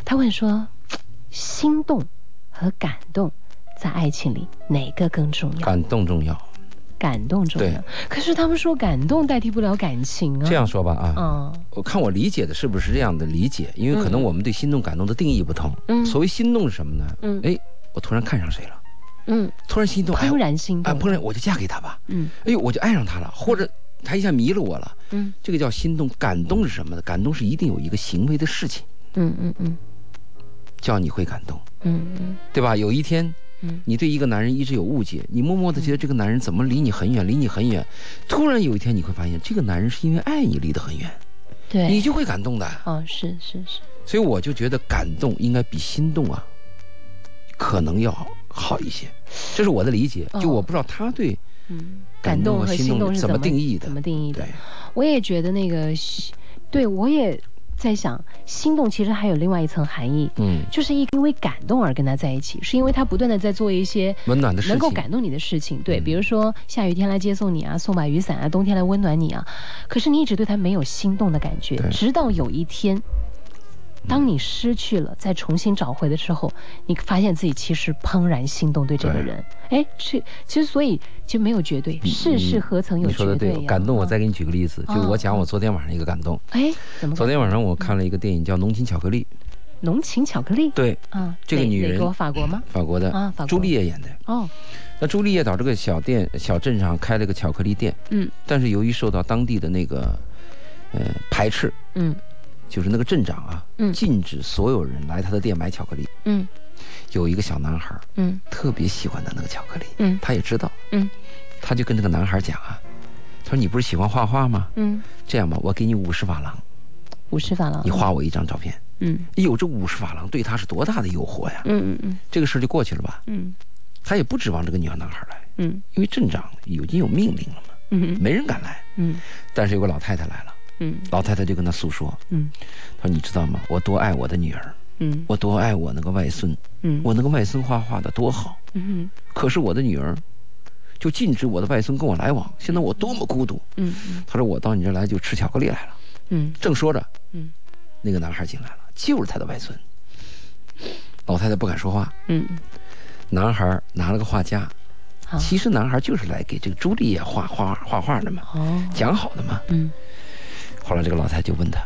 Speaker 1: 他问说：“心动和感动在爱情里哪个更重要
Speaker 2: 感动重要。？”
Speaker 1: 感动重要
Speaker 2: 对。
Speaker 1: 可是他们说感动代替不了感情啊。
Speaker 2: 这样说吧
Speaker 1: 啊，
Speaker 2: 啊，我看我理解的是不是这样的理解？因为可能我们对心动、感动的定义不同。
Speaker 1: 嗯
Speaker 2: 所谓心动是什么呢？
Speaker 1: 嗯
Speaker 2: 哎，我突然看上谁了，
Speaker 1: 嗯，
Speaker 2: 突然心动，哎
Speaker 1: 怦然心
Speaker 2: 哎，
Speaker 1: 动。
Speaker 2: 怦然我就嫁给他吧，
Speaker 1: 嗯
Speaker 2: 哎呦，我就爱上他了，或者他一下迷了我了，
Speaker 1: 嗯
Speaker 2: 这个叫心动。感动是什么呢？感动是一定有一个行为的事情，
Speaker 1: 嗯嗯嗯
Speaker 2: 叫你会感动，
Speaker 1: 嗯
Speaker 2: 对吧？有一天
Speaker 1: 嗯
Speaker 2: 你对一个男人一直有误解，你默默的觉得这个男人怎么离你很远，离你很远，突然有一天你会发现，这个男人是因为爱你离得很远，
Speaker 1: 嗯，对。
Speaker 2: 你就会感动的。
Speaker 1: 哦，是是是，
Speaker 2: 所以我就觉得感动应该比心动啊，可能要好一些，这是我的理解。
Speaker 1: 哦
Speaker 2: 就我不知道他对
Speaker 1: 嗯，
Speaker 2: 感
Speaker 1: 感
Speaker 2: 动
Speaker 1: 动
Speaker 2: 和
Speaker 1: 和
Speaker 2: 心
Speaker 1: 心
Speaker 2: 动
Speaker 1: 动
Speaker 2: 是
Speaker 1: 是
Speaker 2: 怎么定义的
Speaker 1: 怎么定义的
Speaker 2: 对？
Speaker 1: 我也觉得那个心，对我也在想，心动其实还有另外一层含义，
Speaker 2: 嗯
Speaker 1: 就是因为感动而跟他在一起，是因为他不断的在做一些
Speaker 2: 温暖的事
Speaker 1: 能够
Speaker 2: 情，
Speaker 1: 感动你的事情，对，
Speaker 2: 嗯
Speaker 1: 比如说下雨天来接送你啊，送把雨伞啊，冬天来温暖你啊，可是你一直对他没有心动的感觉
Speaker 2: 对，嗯
Speaker 1: 直到有一天。当你失去了，再重新找回的时候，你发现自己其实怦然心动对这个
Speaker 2: 对
Speaker 1: 人。哎，是，其实所以就没有绝对，
Speaker 2: 你
Speaker 1: 世事何曾有
Speaker 2: 嗯你说
Speaker 1: 绝
Speaker 2: 的
Speaker 1: 对呀？
Speaker 2: 感动。我
Speaker 1: 嗯
Speaker 2: 再给你举个例子，就
Speaker 1: 嗯
Speaker 2: 我讲我昨天晚上一个感动。
Speaker 1: 哎，怎么
Speaker 2: 昨
Speaker 1: 感？
Speaker 2: 天晚上我看了一个电影叫《浓情巧克力》，
Speaker 1: 浓情巧克力
Speaker 2: 对，
Speaker 1: 啊，
Speaker 2: 这个
Speaker 1: 哪
Speaker 2: 女
Speaker 1: 哪
Speaker 2: 人
Speaker 1: 国法国吗？
Speaker 2: 法国的
Speaker 1: 啊，法国。
Speaker 2: 朱丽叶演的。
Speaker 1: 哦，
Speaker 2: 那朱丽叶岛这个小店小镇上开了个巧克力店，
Speaker 1: 嗯
Speaker 2: 但是由于受到当地的那个呃排斥，
Speaker 1: 嗯
Speaker 2: 就是那个镇长啊，
Speaker 1: 嗯
Speaker 2: 禁止所有人来他的店买巧克力。
Speaker 1: 嗯
Speaker 2: 有一个小男孩儿
Speaker 1: 嗯
Speaker 2: 特别喜欢他那个巧克力，
Speaker 1: 嗯
Speaker 2: 他也知道，
Speaker 1: 嗯
Speaker 2: 他就跟这个男孩讲啊，他说你不是喜欢画画吗？
Speaker 1: 嗯，
Speaker 2: 这样吧，我给你五十法郎，
Speaker 1: 五十法郎。
Speaker 2: 你画我一张照片。
Speaker 1: 嗯
Speaker 2: 哎呦，这五十法郎对他是多大的诱惑呀！
Speaker 1: 嗯嗯嗯
Speaker 2: 这个事儿就过去了吧？
Speaker 1: 嗯
Speaker 2: 他也不指望这个女男孩来，
Speaker 1: 嗯
Speaker 2: 因为镇长已经有命令了嘛，
Speaker 1: 嗯
Speaker 2: 没人敢来。
Speaker 1: 嗯
Speaker 2: 但是有个老太太来了，
Speaker 1: 嗯
Speaker 2: 老太太就跟他诉说，
Speaker 1: 嗯
Speaker 2: 她说：“你知道吗？我多爱我的女儿，
Speaker 1: 嗯
Speaker 2: 我多爱我那个外孙，
Speaker 1: 嗯
Speaker 2: 我那个外孙画画的多好。”
Speaker 1: 嗯
Speaker 2: 可是我的女儿就禁止我的外孙跟我来往，现在我多么孤独。
Speaker 1: 嗯
Speaker 2: 他说我到你这儿来就吃巧克力来了。
Speaker 1: 嗯
Speaker 2: 正说着，
Speaker 1: 嗯
Speaker 2: 那个男孩进来了，就是他的外孙。老太太不敢说话，
Speaker 1: 嗯，
Speaker 2: 男孩拿了个画夹，
Speaker 1: 好。
Speaker 2: 其实男孩就是来给这个朱丽叶画画画画的嘛，
Speaker 1: 哦，
Speaker 2: 讲好的嘛。
Speaker 1: 嗯
Speaker 2: 后来这个老太太就问他：“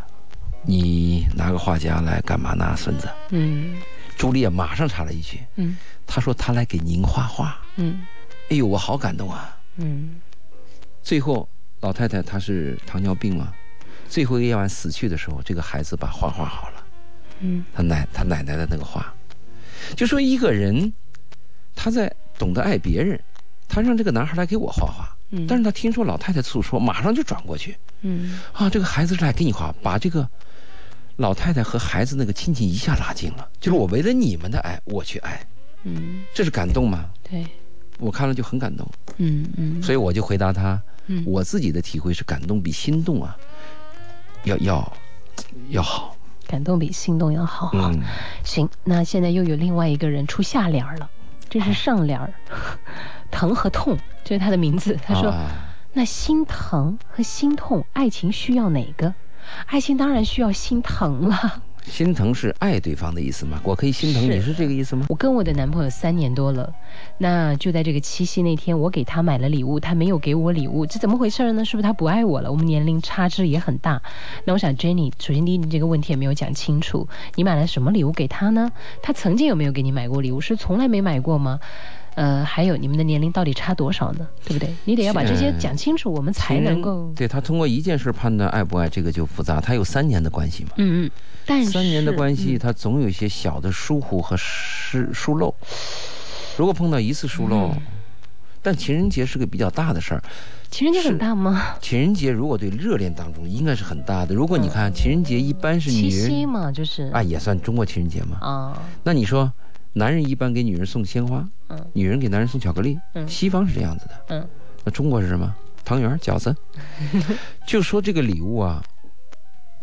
Speaker 2: 你拿个画夹来干嘛呢，孙子
Speaker 1: 嗯？”
Speaker 2: 朱丽叶马上插了一句
Speaker 1: 嗯：“
Speaker 2: 她说她来给您画画。
Speaker 1: 嗯”
Speaker 2: 哎呦，我好感动啊！
Speaker 1: 嗯
Speaker 2: 最后，老太太她是糖尿病嘛，最后一个夜晚死去的时候，这个孩子把画画好了，
Speaker 1: 嗯
Speaker 2: 他奶他奶奶的那个画，就说一个人，他在懂得爱别人，他让这个男孩来给我画画，
Speaker 1: 嗯，
Speaker 2: 但是他听说老太太诉说，马上就转过去
Speaker 1: 嗯
Speaker 2: 啊，这个孩子是来给你画，把这个老太太和孩子那个亲情一下拉近了，就是我为了你们的爱，我去爱，
Speaker 1: 嗯
Speaker 2: 这是感动吗？
Speaker 1: 对，
Speaker 2: 我看了就很感动，
Speaker 1: 嗯嗯，
Speaker 2: 所以我就回答他。
Speaker 1: 以
Speaker 2: 我自己的体会是，感动比心动啊，要要要好。
Speaker 1: 感动比心动要好。
Speaker 2: 嗯，
Speaker 1: 行，那现在又有另外一个人出下联儿了，这是上联儿，疼和痛，这是他的名字。他说：“
Speaker 2: 啊、
Speaker 1: 那心疼和心痛，爱情需要哪个？爱情当然需要心疼了。
Speaker 2: 心疼是爱对方的意思吗？我可以心疼
Speaker 1: 是
Speaker 2: 你，是这个意思吗？
Speaker 1: 我跟我的男朋友三年多了，那就在这个七夕那天，我给他买了礼物，他没有给我礼物，这怎么回事呢？是不是他不爱我了？我们年龄差距也很大。那我想，Jenny，首先第一，你这个问题也没有讲清楚，你买了什么礼物给他呢？他曾经有没有给你买过礼物？是从来没买过吗？呃，还有你们的年龄到底差多少呢？对不对？你得要把这些
Speaker 2: 是
Speaker 1: 讲清楚，我们才
Speaker 2: 情人
Speaker 1: 能够。
Speaker 2: 对他通过一件事判断爱不爱，这个就复杂。他有三年的关系嘛，
Speaker 1: 嗯嗯，但是
Speaker 2: 三年的关系，
Speaker 1: 嗯
Speaker 2: 他总有一些小的疏忽和失疏漏。如果碰到一次疏漏，
Speaker 1: 嗯
Speaker 2: 但情人节是个比较大的事儿。
Speaker 1: 情人节
Speaker 2: 是
Speaker 1: 很大吗？
Speaker 2: 情人节如果对热恋当中应该是很大的。如果你看情人节一般
Speaker 1: 嗯
Speaker 2: 是
Speaker 1: 七
Speaker 2: 女
Speaker 1: 夕
Speaker 2: 人
Speaker 1: 嘛，就是
Speaker 2: 啊，也算中国情人节嘛。
Speaker 1: 啊，
Speaker 2: 那你说，男人一般给女人送鲜花，
Speaker 1: 嗯
Speaker 2: 女人给男人送巧克力，
Speaker 1: 嗯
Speaker 2: 西方是这样子的，
Speaker 1: 嗯
Speaker 2: 那中国是什么？汤圆儿、饺子。就说这个礼物啊，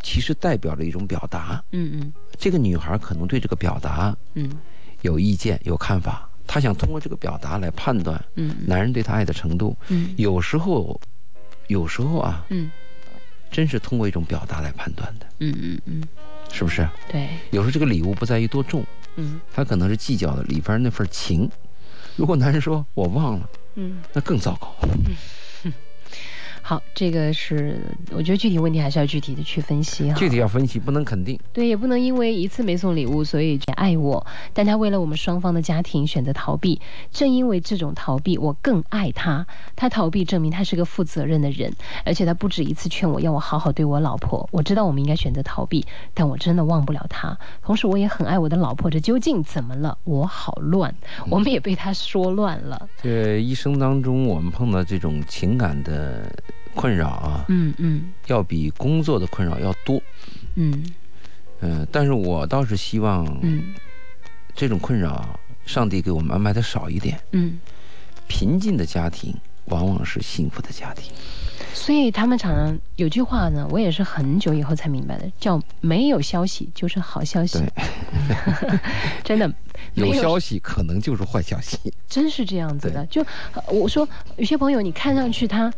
Speaker 2: 其实代表着一种表达。
Speaker 1: 嗯
Speaker 2: 这个女孩可能对这个表达
Speaker 1: 嗯嗯
Speaker 2: 有意见、有看法，她想通过这个表达来判断
Speaker 1: 嗯
Speaker 2: 男人对她爱的程度。
Speaker 1: 嗯
Speaker 2: 有时候，有时候啊，
Speaker 1: 嗯
Speaker 2: 真是通过一种表达来判断的，
Speaker 1: 嗯嗯嗯，
Speaker 2: 是不是？
Speaker 1: 对，
Speaker 2: 有时候这个礼物不在于多重，
Speaker 1: 嗯
Speaker 2: 她可能是计较的里边那份情。如果男人说我忘了，
Speaker 1: 嗯，
Speaker 2: 那更糟 糕。
Speaker 1: 好，这个是我觉得具体问题还是要具体的去分析哈。
Speaker 2: 具体要分析，不能肯定。
Speaker 1: 对，也不能因为一次没送礼物，所以就爱我。但他为了我们双方的家庭选择逃避，正因为这种逃避，我更爱他。他逃避证明他是个负责任的人，而且他不止一次劝我要我好好对我老婆。我知道我们应该选择逃避，但我真的忘不了他。同时，我也很爱我的老婆。这究竟怎么了？我好乱，我们也被他说乱了。
Speaker 2: 这一生当中，我们碰到这种情感的困扰啊，
Speaker 1: 嗯嗯
Speaker 2: 要比工作的困扰要多。
Speaker 1: 嗯
Speaker 2: 嗯、但是我倒是希望
Speaker 1: 嗯
Speaker 2: 这种困扰，上帝给我们安排的少一点。
Speaker 1: 嗯。
Speaker 2: 贫瘠的家庭往往是幸福的家庭。
Speaker 1: 所以他们常常有句话呢，我也是很久以后才明白的，叫“没有消息就是好消息”。 真的，没
Speaker 2: 有消息可能就是坏消息。
Speaker 1: 真是这样子的。就呃我说，有些朋友你看上去他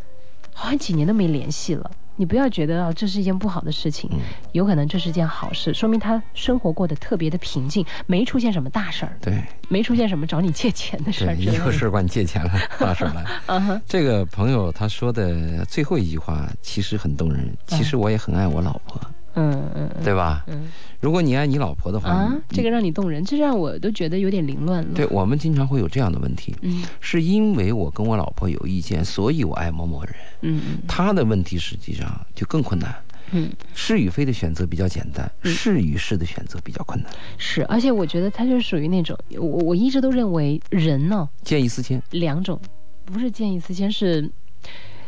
Speaker 1: 好像几年都没联系了，你不要觉得啊这是一件不好的事情，
Speaker 2: 嗯，
Speaker 1: 有可能这是件好事，说明他生活过得特别的平静，没出现什么大事儿，
Speaker 2: 对
Speaker 1: 没出现什么找你借钱的事儿
Speaker 2: 对，
Speaker 1: 之类
Speaker 2: 一个
Speaker 1: 的。
Speaker 2: 事管你借钱 了，大事儿了。
Speaker 1: 嗯哼，
Speaker 2: 这个朋友他说的最后一句话其实很动人，其实我也很爱我老婆，
Speaker 1: 嗯嗯嗯
Speaker 2: 对吧？
Speaker 1: 嗯
Speaker 2: 如果你爱你老婆的话，
Speaker 1: 啊
Speaker 2: 你，
Speaker 1: 这个让你动人，这让我都觉得有点凌乱了。
Speaker 2: 嗯对，我们经常会有这样的问题，
Speaker 1: 嗯
Speaker 2: 是因为我跟我老婆有意见，所以我爱某某人。
Speaker 1: 嗯嗯
Speaker 2: 他的问题实际上就更困难，
Speaker 1: 嗯，
Speaker 2: 是与非的选择比较简单，
Speaker 1: 嗯
Speaker 2: 是与是的选择比较困难。
Speaker 1: 是，而且我觉得他就是属于那种，我我一直都认为人呢、
Speaker 2: 见异思迁，
Speaker 1: 两种，不是见异思迁，是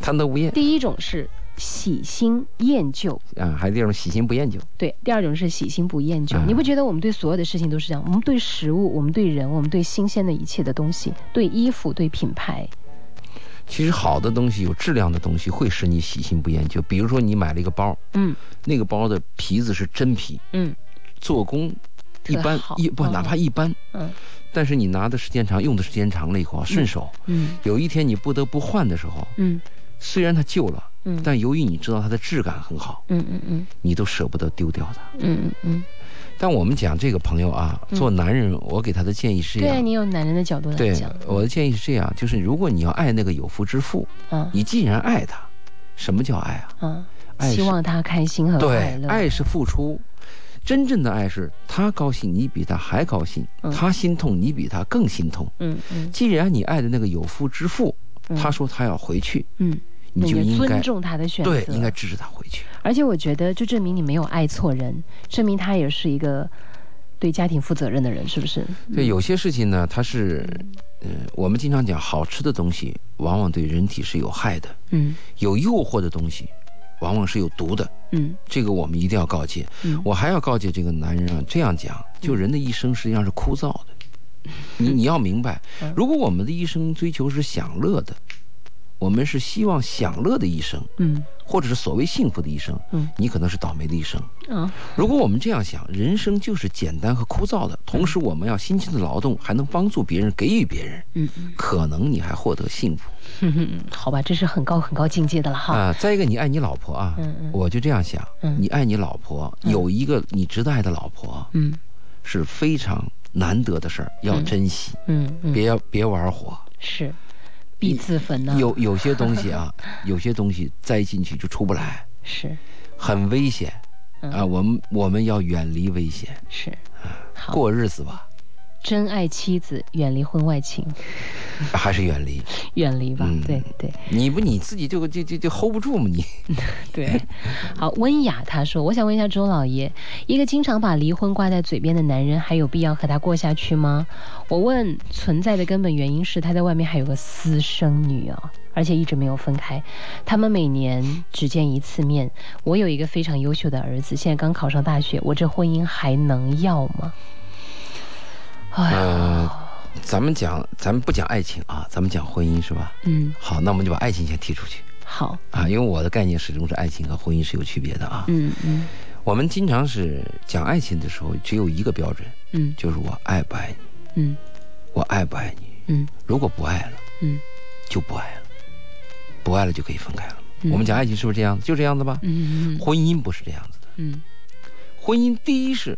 Speaker 2: 贪得无厌
Speaker 1: 第一种是喜新厌旧，
Speaker 2: 啊，还有这种喜新不厌旧。
Speaker 1: 对，第二种是喜新不厌旧。
Speaker 2: 嗯
Speaker 1: 你不觉得我们对所有的事情都是这样？我们对食物，我们对人，我们对新鲜的一切的东西，对衣服，对品牌，
Speaker 2: 其实好的东西，有质量的东西会使你喜新不厌旧。比如说你买了一个包，
Speaker 1: 嗯
Speaker 2: 那个包的皮子是真皮，
Speaker 1: 嗯
Speaker 2: 做工一
Speaker 1: 特
Speaker 2: 般
Speaker 1: 好，
Speaker 2: 一不
Speaker 1: 嗯
Speaker 2: 哪怕一般，
Speaker 1: 嗯
Speaker 2: 但是你拿的时间长，用的时间长了以后啊，顺手。
Speaker 1: 嗯
Speaker 2: 有一天你不得不换的时候，
Speaker 1: 嗯
Speaker 2: 虽然它旧了，
Speaker 1: 嗯，
Speaker 2: 但由于你知道它的质感很好，
Speaker 1: 嗯嗯嗯
Speaker 2: 你都舍不得丢掉它。
Speaker 1: 嗯嗯嗯，
Speaker 2: 但我们讲这个朋友啊，
Speaker 1: 嗯
Speaker 2: 做男人，我给他的建议是这
Speaker 1: 对啊，
Speaker 2: 样。
Speaker 1: 你有男人的角度来
Speaker 2: 对
Speaker 1: 讲，，
Speaker 2: 我的建议是这样，就是如果你要爱那个有夫之妇，
Speaker 1: 啊
Speaker 2: 你既然爱他，什么叫爱啊？
Speaker 1: 啊，
Speaker 2: 爱
Speaker 1: 希
Speaker 2: 是
Speaker 1: 望他开心和快
Speaker 2: 对，
Speaker 1: 乐，
Speaker 2: 爱是付出，真正的爱是他高兴，你比他还高兴；
Speaker 1: 嗯
Speaker 2: 他心痛，你比他更心痛。
Speaker 1: 嗯嗯
Speaker 2: 既然你爱的那个有夫之妇，
Speaker 1: 嗯
Speaker 2: 他说他要回去，
Speaker 1: 嗯。
Speaker 2: 你就应该
Speaker 1: 尊重他的选择，
Speaker 2: 对，应该。支持他回去。
Speaker 1: 而且我觉得，就证明你没有爱错人，证明他也是一个对家庭负责任的人，是不是？
Speaker 2: 对，有些事情呢，它是，
Speaker 1: 嗯
Speaker 2: 呃，我们经常讲，好吃的东西往往对人体是有害的，
Speaker 1: 嗯
Speaker 2: 有诱惑的东西，往往是有毒的。
Speaker 1: 嗯
Speaker 2: 这个我们一定要告诫。
Speaker 1: 嗯，
Speaker 2: 我还要告诫这个男人啊，这样讲，就人的一生实际上是枯燥的。你你要明白
Speaker 1: 嗯，
Speaker 2: 如果我们的一生追求是享乐的，我们是希望享乐的一生，
Speaker 1: 嗯
Speaker 2: 或者是所谓幸福的一生，
Speaker 1: 嗯
Speaker 2: 你可能是倒霉的一生。
Speaker 1: 啊
Speaker 2: 如果我们这样想，人生就是简单和枯燥的，同时我们要辛勤的劳动，还能帮助别人，给予别人，
Speaker 1: 嗯嗯
Speaker 2: 可能你还获得幸福
Speaker 1: 哼哼，嗯好吧，这是很高很高境界的了哈。
Speaker 2: 啊。再一个，你爱你老婆啊
Speaker 1: 嗯嗯，
Speaker 2: 我就这样想
Speaker 1: 嗯，
Speaker 2: 你爱你老婆，
Speaker 1: 嗯
Speaker 2: 有一个你值得爱的老婆，
Speaker 1: 嗯
Speaker 2: 是非常难得的事儿，要珍惜，
Speaker 1: 嗯嗯，
Speaker 2: 别别玩火。
Speaker 1: 是必自焚呢、
Speaker 2: 有有些东 西啊，有些东西栽进去就出不来，
Speaker 1: 是
Speaker 2: 很危险
Speaker 1: 嗯
Speaker 2: 啊。我们我们要远离危险，
Speaker 1: 是，好，
Speaker 2: 啊过日子吧，
Speaker 1: 真爱妻子，远离婚外情，
Speaker 2: 还是远离。
Speaker 1: 远离吧。
Speaker 2: 嗯
Speaker 1: 对对，
Speaker 2: 你不你自己就就就就 hold 不住吗？你
Speaker 1: 对，好，温雅她说：“我想问一下周老爷，一个经常把离婚挂在嘴边的男人，还有必要和他过下去吗？我问存在的根本原因是他在外面还有个私生女啊，而且一直没有分开，他们每年只见一次面。我有一个非常优秀的儿子，现在刚考上大学，我这婚姻还能要吗？哎呀，
Speaker 2: 呃，咱们讲，咱们不讲爱情啊，咱们讲婚姻是吧？
Speaker 1: 嗯，
Speaker 2: 好，那我们就把爱情先踢出去
Speaker 1: 好，
Speaker 2: 啊，因为我的概念始终是爱情和婚姻是有区别的啊。
Speaker 1: 嗯嗯
Speaker 2: 我们经常是讲爱情的时候，只有一个标准，
Speaker 1: 嗯
Speaker 2: 就是我爱不爱你，
Speaker 1: 嗯
Speaker 2: 我爱不爱你。
Speaker 1: 嗯
Speaker 2: 如果不爱了，
Speaker 1: 嗯
Speaker 2: 就不爱了，不爱了就可以分开了嘛。
Speaker 1: 嗯
Speaker 2: 我们讲爱情是不是这样子？就这样子吧。
Speaker 1: 嗯
Speaker 2: 婚姻不是这样子的，
Speaker 1: 嗯
Speaker 2: 婚姻第一是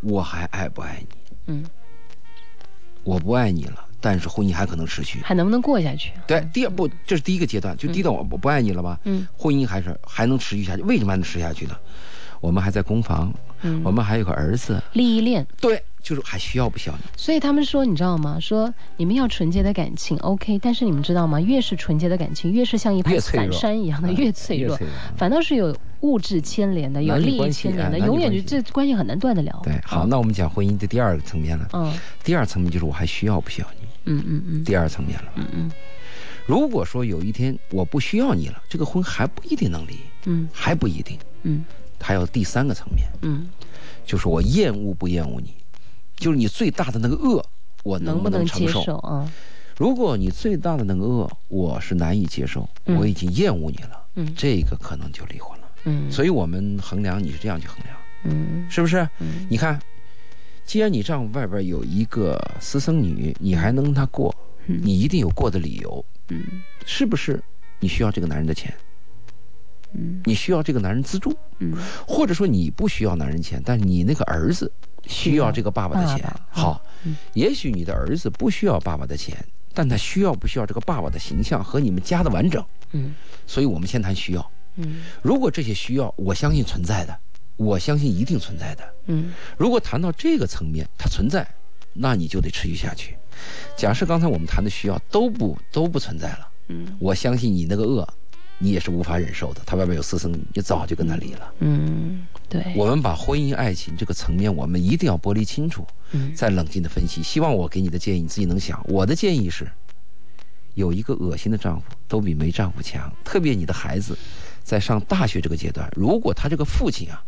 Speaker 2: 我还爱不爱你，
Speaker 1: 嗯
Speaker 2: 我不爱你了，但是婚姻还可能持续。
Speaker 1: 还能不能过下去？啊
Speaker 2: 对，第二不，这是第一个阶段，就第一段我我不爱你了吧？
Speaker 1: 嗯
Speaker 2: 婚姻还是还能持续下去，为什么还能持续下去呢？我们还在公房，
Speaker 1: 嗯，
Speaker 2: 我们还有个儿子，
Speaker 1: 利益链。
Speaker 2: 对，就是还需要不需要你？
Speaker 1: 所以他们说，你知道吗？说你们要纯洁的感情，OK，但是你们知道吗？越是纯洁的感情，越是像一
Speaker 2: 越
Speaker 1: 盘
Speaker 2: 脆弱
Speaker 1: 散山一样的
Speaker 2: 嗯
Speaker 1: 越脆
Speaker 2: 越
Speaker 1: 弱
Speaker 2: 脆弱嗯，
Speaker 1: 反倒是有物质牵连的，有
Speaker 2: 男女
Speaker 1: 利益
Speaker 2: 关系
Speaker 1: 牵连的，
Speaker 2: 哎男女
Speaker 1: 永远就
Speaker 2: 关系
Speaker 1: 这关系很难断得了。
Speaker 2: 对，好，那我们讲婚姻的第二个层面了。
Speaker 1: 嗯
Speaker 2: 第二层面就是我还需要不需要你？
Speaker 1: 嗯嗯嗯
Speaker 2: 第二层面了。
Speaker 1: 嗯嗯
Speaker 2: 如果说有一天我不需要你了，这个婚还不一定能离，
Speaker 1: 嗯
Speaker 2: 还不一定。
Speaker 1: 嗯
Speaker 2: 还有第三个层面，
Speaker 1: 嗯，
Speaker 2: 就是我厌恶不厌恶你，就是你最大的那个恶，我
Speaker 1: 能
Speaker 2: 不能
Speaker 1: 能
Speaker 2: 承
Speaker 1: 接
Speaker 2: 受？
Speaker 1: 受啊？
Speaker 2: 如果你最大的那个恶我是难以接受，
Speaker 1: 嗯
Speaker 2: 我已经厌恶你了，
Speaker 1: 嗯
Speaker 2: 这个可能就离婚了。
Speaker 1: 嗯，
Speaker 2: 所以我们衡量你是这样去衡量，
Speaker 1: 嗯
Speaker 2: 是不是？
Speaker 1: 嗯
Speaker 2: 你看，既然你丈夫外边有一个私生女，你还能跟他过，
Speaker 1: 嗯
Speaker 2: 你一定有过的理由，
Speaker 1: 嗯
Speaker 2: 是不是？你需要这个男人的钱，
Speaker 1: 嗯
Speaker 2: 你需要这个男人资助，
Speaker 1: 嗯
Speaker 2: 或者说你不需要男人钱，但你那个儿子需要这个爸爸的钱。
Speaker 1: 需要爸爸
Speaker 2: 好，
Speaker 1: 嗯
Speaker 2: 也许你的儿子不需要爸爸的钱，但他需要不需要这个爸爸的形象和你们家的完整？
Speaker 1: 嗯
Speaker 2: 所以我们先谈需要。
Speaker 1: 嗯
Speaker 2: 如果这些需要，我相信存在的，我相信一定存在的。
Speaker 1: 嗯
Speaker 2: 如果谈到这个层面，它存在，那你就得持续下去。假设刚才我们谈的需要都不都不存在了，
Speaker 1: 嗯
Speaker 2: 我相信你那个恶，你也是无法忍受的。他外边有私生女，你早就跟他离了。
Speaker 1: 嗯，对，
Speaker 2: 我们把婚姻、爱情这个层面，我们一定要剥离清楚，
Speaker 1: 嗯
Speaker 2: 再冷静的分析。希望我给你的建议，你自己能想。我的建议是，有一个恶心的丈夫都比没丈夫强。特别你的孩子，在上大学这个阶段，如果他这个父亲啊，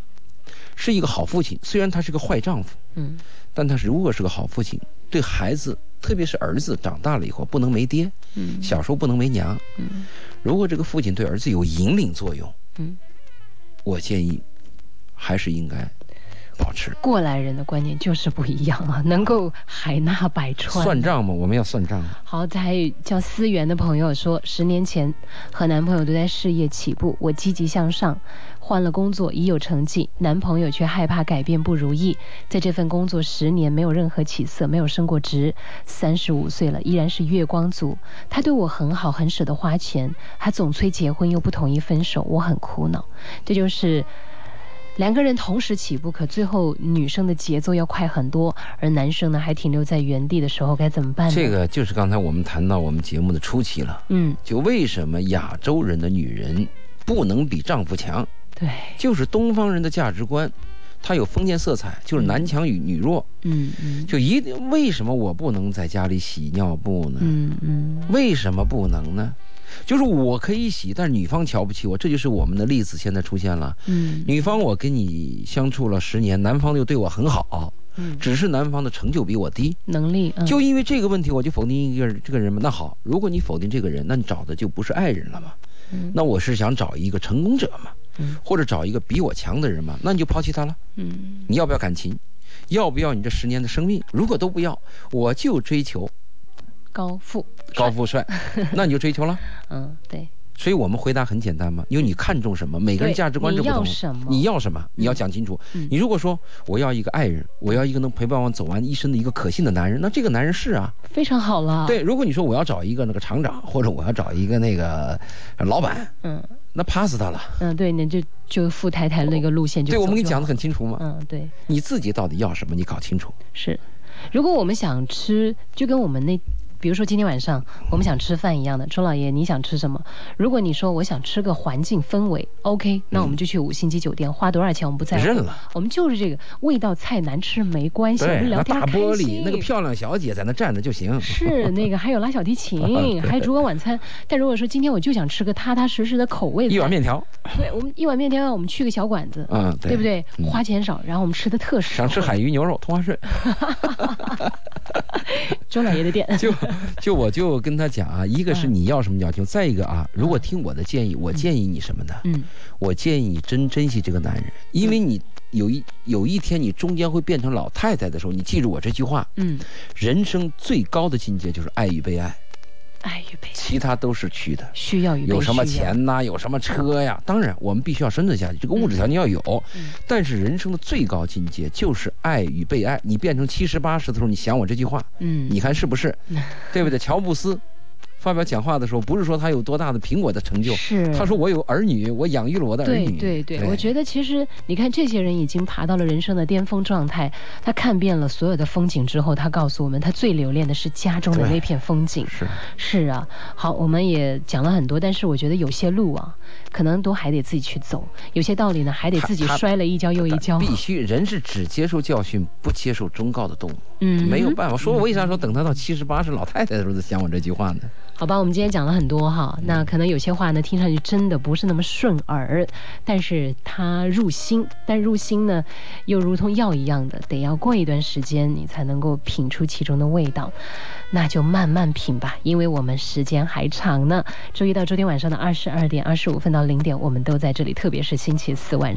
Speaker 2: 是一个好父亲，虽然他是个坏丈夫，
Speaker 1: 嗯
Speaker 2: 但他如果是个好父亲，对孩子，特别是儿子长大了以后，不能没爹，
Speaker 1: 嗯
Speaker 2: 小时候不能没娘。
Speaker 1: 嗯
Speaker 2: 如果这个父亲对儿子有引领作用，
Speaker 1: 嗯。
Speaker 2: 我建议还是应该保持。
Speaker 1: 过来人的观念就是不一样啊，能够海纳百川。
Speaker 2: 算账嘛，我们要算账嘛。
Speaker 1: 好，还有叫思源的朋友说，十年前和男朋友都在事业起步，我积极向上，换了工作已有成绩，男朋友却害怕改变不如意，在这份工作十年没有任何起色，没有升过职，三十五岁了依然是月光族。他对我很好，很舍得花钱，还总催结婚又不同意分手，我很苦恼。这就是。两个人同时起步，可最后女生的节奏要快很多，而男生呢还停留在原地的时候该怎么办呢？
Speaker 2: 这个就是刚才我们谈到我们节目的初期了，
Speaker 1: 嗯，
Speaker 2: 就为什么亚洲人的女人不能比丈夫强，
Speaker 1: 对，
Speaker 2: 就是东方人的价值观，它有封建色彩，就是男强与女弱，
Speaker 1: 嗯嗯
Speaker 2: 就一定为什么我不能在家里洗尿布呢？
Speaker 1: 嗯嗯
Speaker 2: 为什么不能呢？就是我可以洗，但是女方瞧不起我，这就是我们的例子现在出现了。
Speaker 1: 嗯
Speaker 2: 女方我跟你相处了十年，男方又对我很好，
Speaker 1: 嗯，
Speaker 2: 只是男方的成就比我低，
Speaker 1: 能力嗯
Speaker 2: 就因为这个问题，我就否定一个人这个人吗？那好，如果你否定这个人，那你找的就不是爱人了嘛？
Speaker 1: 嗯
Speaker 2: 那我是想找一个成功者嘛，
Speaker 1: 嗯
Speaker 2: 或者找一个比我强的人嘛？那你就抛弃他了。
Speaker 1: 嗯
Speaker 2: 你要不要感情？要不要你这十年的生命？如果都不要，我就追求
Speaker 1: 高富
Speaker 2: 高富 帅，那你就追求了。
Speaker 1: 嗯对
Speaker 2: 所以我们回答很简单嘛，因为你看重什么，每个人
Speaker 1: 对
Speaker 2: 价值观是不
Speaker 1: 你
Speaker 2: 同
Speaker 1: 要
Speaker 2: 的。
Speaker 1: 什么
Speaker 2: 你要什么？你要讲清楚。
Speaker 1: 嗯
Speaker 2: 你如果说我要一个爱人，我要一个能陪伴我走完一生的一个可信的男人，那这个男人是啊，
Speaker 1: 非常好了
Speaker 2: 对。如果你说我要找一个那个厂长，或者我要找一个那个呃老板，
Speaker 1: 嗯
Speaker 2: 那 pass 他了。
Speaker 1: 嗯对那就就富太太那个路线就
Speaker 2: 对，我们给你
Speaker 1: 走就好
Speaker 2: 讲的很清楚嘛，
Speaker 1: 嗯对
Speaker 2: 你自己到底要什么，你搞清楚。
Speaker 1: 是，如果我们想吃，就跟我们那。比如说今天晚上我们想吃饭一样的，周老爷你想吃什么？如果你说我想吃个环境氛围，OK，那我
Speaker 2: 嗯
Speaker 1: 们就去五星级酒店，花多少钱我们不在乎，
Speaker 2: 认了，
Speaker 1: 我们就是这个味道菜难吃没关系，我
Speaker 2: 对
Speaker 1: 们，聊
Speaker 2: 那
Speaker 1: 天
Speaker 2: 大
Speaker 1: 开
Speaker 2: 玻璃
Speaker 1: 心
Speaker 2: 那个漂亮小姐在那站着就行。
Speaker 1: 是那个，还有拉小提
Speaker 2: 啊
Speaker 1: 琴，还有烛光晚餐。但如果说今天我就想吃个踏踏实实的口味
Speaker 2: 一
Speaker 1: 菜，
Speaker 2: 碗面条，
Speaker 1: 对我们一碗面条，我们去个小馆子，
Speaker 2: 嗯，
Speaker 1: 对不对？
Speaker 2: 嗯
Speaker 1: 花钱少，然后我们吃的特实惠。
Speaker 2: 想吃海鱼牛肉、通 化顺，
Speaker 1: 周老爷的店，
Speaker 2: 就就我就跟他讲啊，一个
Speaker 1: 嗯
Speaker 2: 是你要什么要求，再一个啊，如果听我的建议，我建议你什么呢？
Speaker 1: 嗯
Speaker 2: 我建议你真珍惜这个男人，因为你有一有一天你终将会变成老太太的时候，你记住我这句话，
Speaker 1: 嗯
Speaker 2: 人生最高的境界就是爱与被爱。
Speaker 1: 爱哎与被
Speaker 2: 其他都是虚的。
Speaker 1: 需要与被
Speaker 2: 有什么
Speaker 1: 需要？
Speaker 2: 钱呐、有什么车呀？当然，我们必须要生存下去，这个物质条件要有。
Speaker 1: 嗯
Speaker 2: 但是人生的最高境界就是爱与被爱。你变成七十八十的时候，你想我这句话，
Speaker 1: 嗯，
Speaker 2: 你看是不是？ 对不对？乔布斯发表讲话的时候，不是说他有多大的苹果的成就，
Speaker 1: 是
Speaker 2: 他说我有儿女，我养育了我的儿
Speaker 1: 对
Speaker 2: 女。
Speaker 1: 对对，我觉
Speaker 2: 得
Speaker 1: 得其实你看，这些人已经爬到了人生的巅峰状态，他看遍了所有的风景之后，他告诉我们，他最留恋的是家中的
Speaker 2: 对
Speaker 1: 那片风景。
Speaker 2: 是
Speaker 1: 是啊，好，我们也讲了很多，但是我觉得有些路啊，可能都还得自己去走，有些道理呢，还得自己
Speaker 2: 他他
Speaker 1: 摔了一跤又一跤。
Speaker 2: 必须人是只接受教训，不接受忠告的动物，
Speaker 1: 嗯，
Speaker 2: 没有办法。说我为啥说等他到七十八十老太太的时候才想我这句话呢？
Speaker 1: 好吧，我们今天讲了很多哈，那可能有些话呢听上去真的不是那么顺耳，但是它入心，但入心呢又如同药一样的，得要过一段时间你才能够品出其中的味道，那就慢慢品吧，因为我们时间还长呢。周一到周天晚上的二十二点二十五分到零点，我们都在这里，特别是星期四晚上。